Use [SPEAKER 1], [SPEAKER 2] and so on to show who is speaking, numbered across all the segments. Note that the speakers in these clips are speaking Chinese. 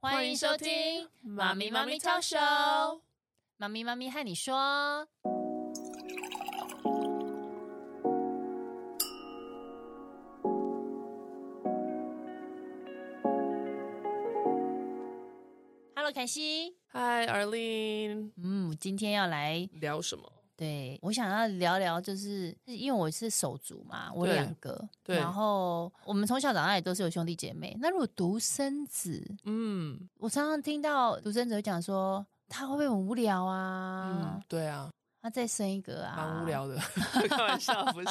[SPEAKER 1] 欢迎收听《妈咪妈咪超手》，妈咪妈咪和你说，Hello，凯西，
[SPEAKER 2] 嗨，Arlene，
[SPEAKER 1] 嗯，今天要来
[SPEAKER 2] 聊什么？
[SPEAKER 1] 对，我想要聊聊，就是因为我是手足嘛，我
[SPEAKER 2] 对
[SPEAKER 1] 两个，
[SPEAKER 2] 对
[SPEAKER 1] 然后我们从小长大也都是有兄弟姐妹。那如果独生子，
[SPEAKER 2] 嗯
[SPEAKER 1] 我常常听到独生子会讲说，他会不会很无聊啊？
[SPEAKER 2] 嗯，对啊，
[SPEAKER 1] 他再生一个啊，
[SPEAKER 2] 蛮无，聊 的，开玩笑不是？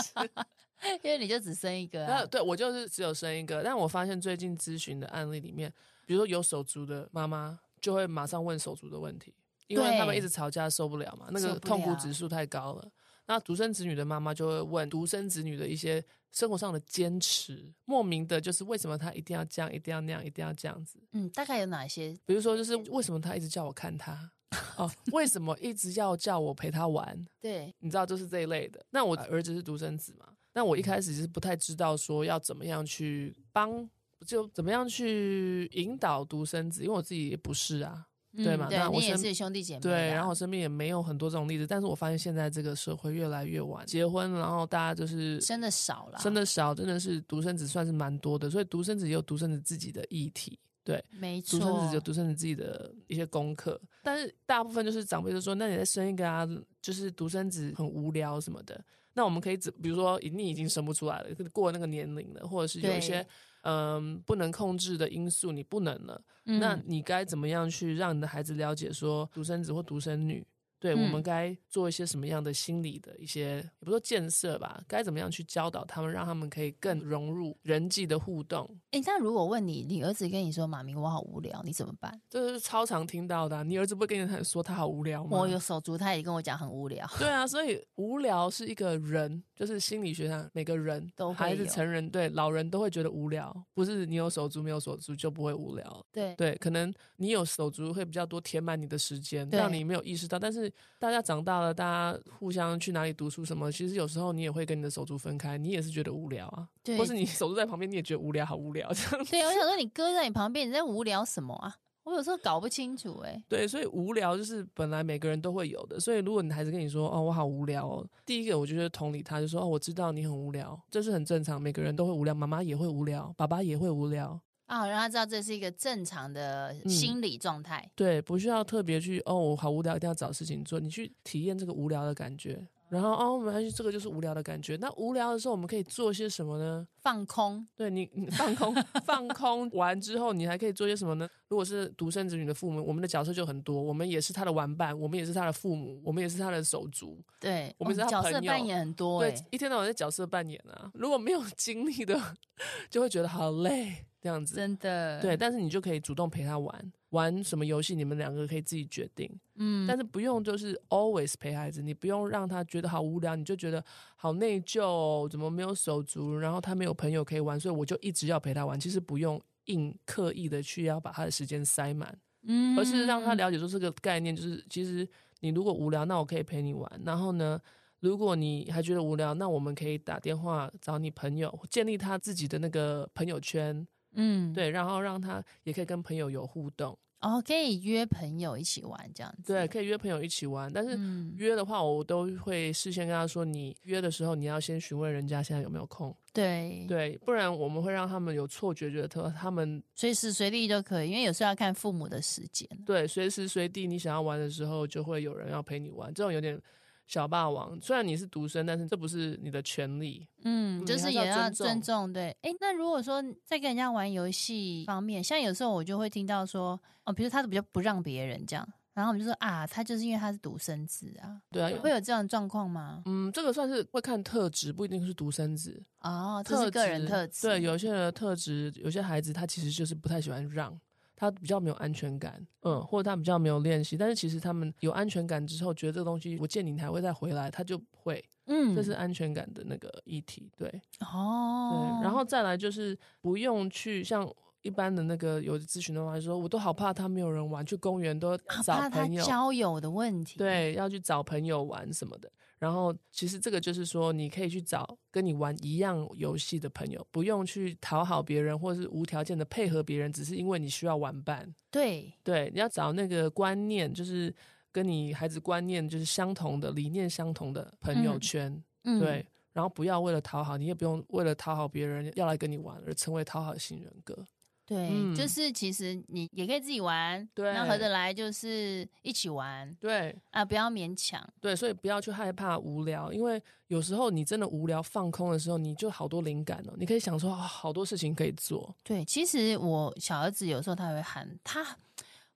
[SPEAKER 1] 因为你就只生一个、
[SPEAKER 2] 那
[SPEAKER 1] 啊。
[SPEAKER 2] 对我就是只有生一个，但我发现最近咨询的案例里面，比如说有手足的妈妈就会马上问手足的问题，因为
[SPEAKER 1] 对
[SPEAKER 2] 他们一直吵架受不了嘛，那
[SPEAKER 1] 受
[SPEAKER 2] 个
[SPEAKER 1] 不
[SPEAKER 2] 痛苦
[SPEAKER 1] 了
[SPEAKER 2] 指数太高了。那独生子女的妈妈就会问独生子女的一些生活上的坚持，莫名的就是为什么他一定要这样，一定要那样，一定要这样子。
[SPEAKER 1] 嗯，大概有哪些？
[SPEAKER 2] 比如说，就是为什么他一直叫我看他？哦，为什么一直要叫我陪他玩？
[SPEAKER 1] 对，
[SPEAKER 2] 你知道，就是这一类的。那我儿子是独生子嘛？那我一开始是不太知道说要怎么样去帮，就怎么样去引导独生子，因为我自己也不是啊，对嘛
[SPEAKER 1] 嗯、对
[SPEAKER 2] 那我
[SPEAKER 1] 你也
[SPEAKER 2] 身
[SPEAKER 1] 是兄弟姐妹啊，
[SPEAKER 2] 对。然后我身边也没有很多这种例子，但是我发现现在这个社会越来越晚结婚，然后大家就是
[SPEAKER 1] 生的少了，
[SPEAKER 2] 生的少，真的是独生子算是蛮多的，所以独生子也有独生子自己的议题，对。
[SPEAKER 1] 没错，
[SPEAKER 2] 独生子有独生子自己的一些功课，但是大部分就是长辈就说，那你再生一个啊，就是独生子很无聊什么的。那我们可以只比如说你已经生不出来了，过那个年龄了，或者是有一些
[SPEAKER 1] 对
[SPEAKER 2] 嗯不能控制的因素，你不能了，
[SPEAKER 1] 嗯
[SPEAKER 2] 那你该怎么样去让你的孩子了解说独生子或独生女？对
[SPEAKER 1] 嗯
[SPEAKER 2] 我们该做一些什么样的心理的一些，也不说建设吧，该怎么样去教导他们，让他们可以更融入人际的互动，
[SPEAKER 1] 诶那如果问你，你儿子跟你说：“妈咪，我好无聊，你怎么办？”
[SPEAKER 2] 这是超常听到的啊、你儿子不会跟你说他好无聊吗？
[SPEAKER 1] 我有手足，他也跟我讲很无聊。
[SPEAKER 2] 对啊，所以无聊是一个人，就是心理学上每个人
[SPEAKER 1] 都会
[SPEAKER 2] 孩
[SPEAKER 1] 有
[SPEAKER 2] 子、成人对老人都会觉得无聊，不是你有手足没有手足就不会无聊。
[SPEAKER 1] 对，
[SPEAKER 2] 对，可能你有手足会比较多填满你的时间，
[SPEAKER 1] 对
[SPEAKER 2] 让你没有意识到。但是大家长大了，大家互相去哪里读书什么，其实有时候你也会跟你的手足分开，你也是觉得无聊啊，
[SPEAKER 1] 对
[SPEAKER 2] 或是你手足在旁边，你也觉得无聊，好无聊这样。
[SPEAKER 1] 对，我想说你哥在你旁边，你在无聊什么啊？我有时候搞不清楚哎、
[SPEAKER 2] 对，所以无聊就是本来每个人都会有的。所以如果你孩子跟你说：“哦，我好无聊哦。”第一个我就觉得同理他，就说：“哦，我知道你很无聊，这是很正常，每个人都会无聊，妈妈也会无聊，爸爸也会无聊。
[SPEAKER 1] 啊，让他知道这是一个正常的
[SPEAKER 2] 嗯
[SPEAKER 1] 心理状态。
[SPEAKER 2] 对，不需要特别去哦，我好无聊，一定要找事情做。你去体验这个无聊的感觉，然后哦，没关系，这个就是无聊的感觉。那无聊的时候，我们可以做些什么呢？
[SPEAKER 1] 放空，
[SPEAKER 2] 对你你放空放空完之后，你还可以做些什么呢？如果是独生子女的父母，我们的角色就很多，我们也是他的玩伴，我们也是他的父母，我们也是他的手足。
[SPEAKER 1] 对，哦
[SPEAKER 2] 我们是他
[SPEAKER 1] 角
[SPEAKER 2] 朋
[SPEAKER 1] 色
[SPEAKER 2] 友
[SPEAKER 1] 扮演很多哎、
[SPEAKER 2] 对，一天到晚在角色扮演啊，如果没有经历的， 就会觉得好累这样子。
[SPEAKER 1] 真的。
[SPEAKER 2] 对，，但是你就可以主动陪他玩，玩什么游戏，你们两个可以自己决定。
[SPEAKER 1] 嗯，
[SPEAKER 2] 但是不用就是 always 陪孩子，你不用让他觉得好无聊，你就觉得好内疚、哦，怎么没有手足，然后他没有朋友可以玩，所以我就一直要陪他玩。其实不用硬刻意的去要把他的时间塞满，
[SPEAKER 1] 嗯
[SPEAKER 2] 而是让他了解说这个概念，就是其实你如果无聊，那我可以陪你玩。然后呢，如果你还觉得无聊，那我们可以打电话找你朋友，建立他自己的那个朋友圈，
[SPEAKER 1] 嗯，
[SPEAKER 2] 对，然后让他也可以跟朋友有互动，
[SPEAKER 1] 哦，可以约朋友一起玩这样子。
[SPEAKER 2] 对，，可以约朋友一起玩，但是。
[SPEAKER 1] 嗯，
[SPEAKER 2] 约的话，我都会事先跟他说，你约的时候你要先询问人家现在有没有空，
[SPEAKER 1] 对，
[SPEAKER 2] 对，不然我们会让他们有错觉，觉得他他们
[SPEAKER 1] 随时随地都可以，因为有时候要看父母的时间。
[SPEAKER 2] 对随时随地你想要玩的时候，就会有人要陪你玩，这种有点小霸王。虽然你是独生，但是这不是你的权利。
[SPEAKER 1] 嗯，
[SPEAKER 2] 嗯
[SPEAKER 1] 就是
[SPEAKER 2] 还是
[SPEAKER 1] 也
[SPEAKER 2] 要
[SPEAKER 1] 要
[SPEAKER 2] 尊重
[SPEAKER 1] 尊重，对。哎，那如果说在跟人家玩游戏方面，像有时候我就会听到说，哦，比如他比较不让别人这样，然后我们就说啊，他就是因为他是独生子啊，
[SPEAKER 2] 对啊，
[SPEAKER 1] 会有这样的状况吗？
[SPEAKER 2] 嗯，这个算是会看特质，不一定是独生子，
[SPEAKER 1] 哦，这
[SPEAKER 2] 特
[SPEAKER 1] 是个人特质，
[SPEAKER 2] 对，有些人的特质，有些孩子他其实就是不太喜欢让，他比较没有安全感，嗯，或者他比较没有练习。但是其实他们有安全感之后，觉得这个东西我见你还会再回来，他就不会，
[SPEAKER 1] 嗯
[SPEAKER 2] 这是安全感的那个议题。对，对，
[SPEAKER 1] 哦，
[SPEAKER 2] 然后再来就是不用去像。一般的那个有咨询的话说，我都好怕他没有人玩，去公园都
[SPEAKER 1] 啊
[SPEAKER 2] 找
[SPEAKER 1] 怕他
[SPEAKER 2] 朋友，
[SPEAKER 1] 交友的问题，，
[SPEAKER 2] 对，要去找朋友玩什么的。然后其实这个就是说，你可以去找跟你玩一样游戏的朋友，不用去讨好别人，或是无条件的配合别人，只是因为你需要玩伴。
[SPEAKER 1] 对，
[SPEAKER 2] 对，你要找那个观念，就是跟你孩子观念就是相同的、理念相同的朋友
[SPEAKER 1] 嗯
[SPEAKER 2] 圈。
[SPEAKER 1] 嗯，
[SPEAKER 2] 对，然后不要为了讨好，你也不用为了讨好别人要来跟你玩而成为讨好型人格。
[SPEAKER 1] 对，
[SPEAKER 2] 嗯
[SPEAKER 1] 就是其实你也可以自己玩，
[SPEAKER 2] 对
[SPEAKER 1] 然后合得来就是一起玩
[SPEAKER 2] 对
[SPEAKER 1] 啊，不要勉强。
[SPEAKER 2] 对，所以不要去害怕无聊，因为有时候你真的无聊放空的时候，你就好多灵感哦，你可以想说、啊好多事情可以做。
[SPEAKER 1] 对，其实我小儿子有时候他会喊他，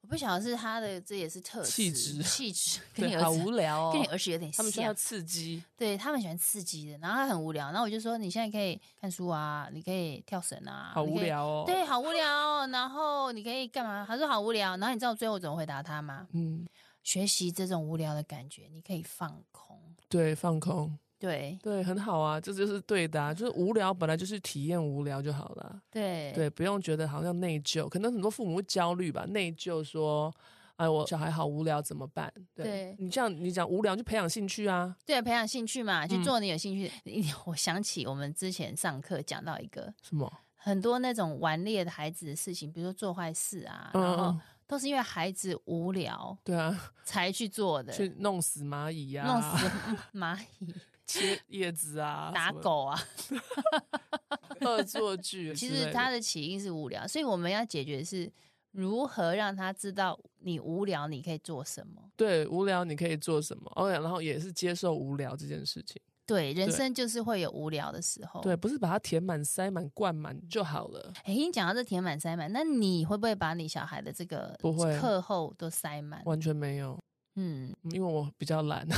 [SPEAKER 1] 我不晓得是他的这也是特
[SPEAKER 2] 气
[SPEAKER 1] 质
[SPEAKER 2] 质
[SPEAKER 1] 气质跟你
[SPEAKER 2] 对，
[SPEAKER 1] 儿
[SPEAKER 2] 好
[SPEAKER 1] 子
[SPEAKER 2] 无聊
[SPEAKER 1] 跟你
[SPEAKER 2] 哦。
[SPEAKER 1] 儿子有点
[SPEAKER 2] 他
[SPEAKER 1] 像
[SPEAKER 2] 们，需要刺激，
[SPEAKER 1] 对他们喜欢刺激的，然后他很无聊，然后我就说你现在可以看书啊，你可以跳绳啊，
[SPEAKER 2] 好
[SPEAKER 1] 你
[SPEAKER 2] 无
[SPEAKER 1] 可以。
[SPEAKER 2] 聊哦。
[SPEAKER 1] 对，好无聊哦、然后你可以干嘛？他说好无聊。然后你知道最后我怎么回答他吗？
[SPEAKER 2] 嗯，
[SPEAKER 1] 学习这种无聊的感觉，你可以放空。
[SPEAKER 2] 对，放空，
[SPEAKER 1] 对
[SPEAKER 2] 对，很好啊，这就是对的、啊，就是无聊本来就是体验无聊就好了。
[SPEAKER 1] 对
[SPEAKER 2] 对，不用觉得好像内疚，可能很多父母会焦虑吧，内疚说，哎，我小孩好无聊怎么办？对
[SPEAKER 1] 对
[SPEAKER 2] 你这样，你讲无聊就培养兴趣啊，
[SPEAKER 1] 对，培养兴趣嘛，去
[SPEAKER 2] 嗯
[SPEAKER 1] 做你有兴趣的。 我想起我们之前上课讲到一个
[SPEAKER 2] 什么？
[SPEAKER 1] 很多那种顽劣的孩子的事情，比如说做坏事啊，
[SPEAKER 2] 嗯
[SPEAKER 1] 然后
[SPEAKER 2] 嗯，
[SPEAKER 1] 都是因为孩子无聊
[SPEAKER 2] 对啊，
[SPEAKER 1] 才去做的，
[SPEAKER 2] 去弄死蚂蚁呀、
[SPEAKER 1] 弄死 蚂 蚁、
[SPEAKER 2] 切叶子啊，
[SPEAKER 1] 打
[SPEAKER 2] 什么
[SPEAKER 1] 狗啊。
[SPEAKER 2] 恶 作剧之
[SPEAKER 1] 其
[SPEAKER 2] 类的。
[SPEAKER 1] 实它的起因是无聊，所以我们要解决的是如何让他知道你无聊你可以做什么。
[SPEAKER 2] 对无聊你可以做什么？OK，然后也是接受无聊这件事情，
[SPEAKER 1] 对，人
[SPEAKER 2] 对
[SPEAKER 1] 生就是会有无聊的时候。
[SPEAKER 2] 对，，不是把它填满、塞满、灌满就好了。
[SPEAKER 1] 哎，你讲到这填满塞满，那你会不会把你小孩的这个
[SPEAKER 2] 不会啊
[SPEAKER 1] 课后都塞满？
[SPEAKER 2] 完全没有，
[SPEAKER 1] 嗯，
[SPEAKER 2] 嗯因为我比较懒。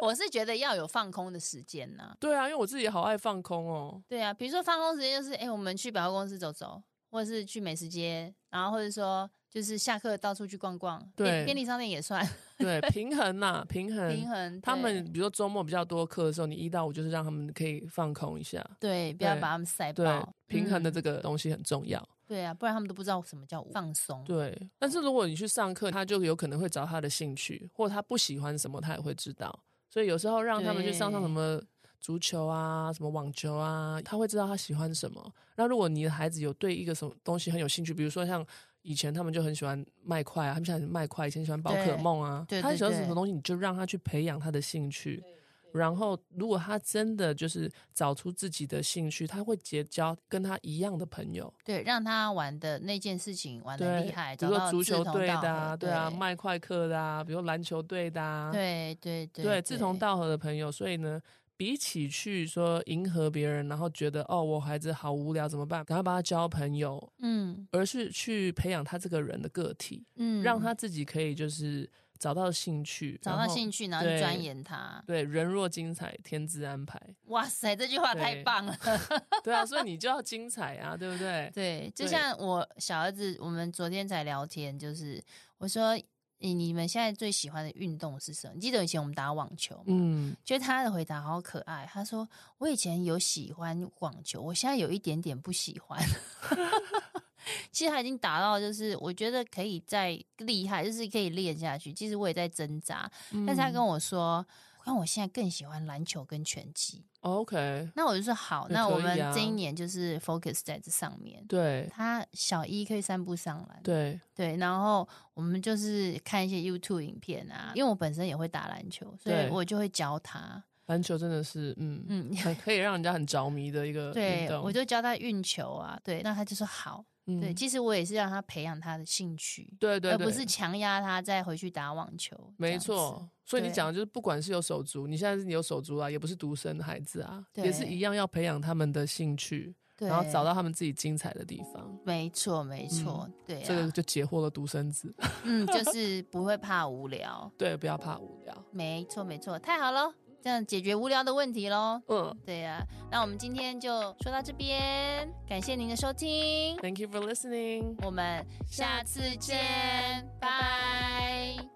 [SPEAKER 1] 我是觉得要有放空的时间呐、
[SPEAKER 2] 对啊，因为我自己也好爱放空哦。
[SPEAKER 1] 对啊，比如说放空时间就是，哎、我们去百货公司走走，或者是去美食街，然后或者说就是下课到处去逛逛，便
[SPEAKER 2] 对
[SPEAKER 1] 便利商店也算
[SPEAKER 2] 对，平衡呐、 平衡，
[SPEAKER 1] 平衡。
[SPEAKER 2] 他
[SPEAKER 1] 对
[SPEAKER 2] 们比如说周末比较多课的时候，你一到五就是让他们可以放空一下，
[SPEAKER 1] 对，不要
[SPEAKER 2] 对
[SPEAKER 1] 把他们塞
[SPEAKER 2] 对
[SPEAKER 1] 爆，，
[SPEAKER 2] 平衡的
[SPEAKER 1] 嗯
[SPEAKER 2] 这个东西很重要。
[SPEAKER 1] 对啊，不然他们都不知道什么叫放松。
[SPEAKER 2] 对，但是如果你去上课，他就有可能会找他的兴趣，或他不喜欢什么，他也会知道。所以有时候让他们去上上什
[SPEAKER 1] 对
[SPEAKER 2] 么足球啊、什么网球啊，他会知道他喜欢什么。那如果你的孩子有对一个什么东西很有兴趣，比如说像以前他们就很喜欢麦块啊，他们现在很麦块，以前喜欢宝可
[SPEAKER 1] 对
[SPEAKER 2] 梦啊，
[SPEAKER 1] 对
[SPEAKER 2] 他
[SPEAKER 1] 对
[SPEAKER 2] 喜欢什
[SPEAKER 1] 对
[SPEAKER 2] 么东西，你就让他去培养他的兴趣。然后，如果他真的就是找出自己的兴趣，他会结交跟他一样的朋友。
[SPEAKER 1] 对，让他玩的那件事情玩的
[SPEAKER 2] 对，
[SPEAKER 1] 厉害，
[SPEAKER 2] 比
[SPEAKER 1] 找
[SPEAKER 2] 如
[SPEAKER 1] 到
[SPEAKER 2] 说足
[SPEAKER 1] 志
[SPEAKER 2] 球
[SPEAKER 1] 同
[SPEAKER 2] 队
[SPEAKER 1] 道
[SPEAKER 2] 的、
[SPEAKER 1] 合
[SPEAKER 2] 啊，对啊，
[SPEAKER 1] 对
[SPEAKER 2] 卖快客的啊，比如篮球队的、啊，
[SPEAKER 1] 对对对
[SPEAKER 2] 对志同道合的朋友，所以呢。比起去说迎合别人，然后觉得哦我孩子好无聊怎么办，赶快把他交朋友，
[SPEAKER 1] 嗯
[SPEAKER 2] 而是去培养他这个人的个体，
[SPEAKER 1] 嗯，
[SPEAKER 2] 让他自己可以就是找到兴趣，
[SPEAKER 1] 找到兴
[SPEAKER 2] 趣，
[SPEAKER 1] 趣，然后去钻
[SPEAKER 2] 对
[SPEAKER 1] 研它。
[SPEAKER 2] 对人若精彩，天自 安排，
[SPEAKER 1] 哇塞，这句话太
[SPEAKER 2] 对
[SPEAKER 1] 棒 了！
[SPEAKER 2] 对啊，所以你就要精彩啊，对不对？
[SPEAKER 1] 对，就
[SPEAKER 2] 对
[SPEAKER 1] 像我小儿子，我们昨天才聊天，就是我说你你们现在最喜欢的运动是什么？你记得以前我们打网球吗？
[SPEAKER 2] 嗯，
[SPEAKER 1] 觉得他的回答好可爱。他说：“我以前有喜欢网球，我现在有一点点不喜欢。” 其实他已经打到，就是我觉得可以再厉害，就是可以练下去。其实我也在挣扎，但是他
[SPEAKER 2] 嗯
[SPEAKER 1] 跟我说：“看我现在更喜欢篮球跟拳击。
[SPEAKER 2] OK，”
[SPEAKER 1] 那我就说：“好，
[SPEAKER 2] 也
[SPEAKER 1] 那我
[SPEAKER 2] 可以
[SPEAKER 1] 们
[SPEAKER 2] 啊
[SPEAKER 1] 这一年就是 focus 在这上面。”
[SPEAKER 2] 对
[SPEAKER 1] 他小一可以散步上篮，
[SPEAKER 2] 对，
[SPEAKER 1] 对，然后我们就是看一些 YouTube 影片啊，因为我本身也会打篮球，所以
[SPEAKER 2] 对
[SPEAKER 1] 我就会教他，
[SPEAKER 2] 篮球真的是嗯
[SPEAKER 1] 嗯，
[SPEAKER 2] 很可以让人家很着迷的一个运
[SPEAKER 1] 对，
[SPEAKER 2] 动。
[SPEAKER 1] 我就教他运球啊，对，那他就说好，
[SPEAKER 2] 嗯
[SPEAKER 1] 对，其实我也是让他培养他的兴趣，
[SPEAKER 2] 对对
[SPEAKER 1] 而
[SPEAKER 2] 对，
[SPEAKER 1] 不是强压他再回去打网球，这
[SPEAKER 2] 没
[SPEAKER 1] 样子，
[SPEAKER 2] 错。所以你
[SPEAKER 1] 对
[SPEAKER 2] 讲的就是，不管是有手足，你现在是有手足啊，也不是独生的孩子啊，
[SPEAKER 1] 对
[SPEAKER 2] 也是一样要培养他们的兴趣，
[SPEAKER 1] 对，
[SPEAKER 2] 然后找，到他们自己精彩的地方。
[SPEAKER 1] 没错，没错，对、啊，
[SPEAKER 2] 这个就解惑了独生子，
[SPEAKER 1] 嗯，就是不会怕无聊，
[SPEAKER 2] 对，不要怕无聊。
[SPEAKER 1] 没错，没错，太好了，这样解决无聊的问题喽。
[SPEAKER 2] 嗯
[SPEAKER 1] 对呀、那我们今天就说到这边，感谢您的收听，
[SPEAKER 2] ，Thank you for listening。
[SPEAKER 1] 我们下次见，拜拜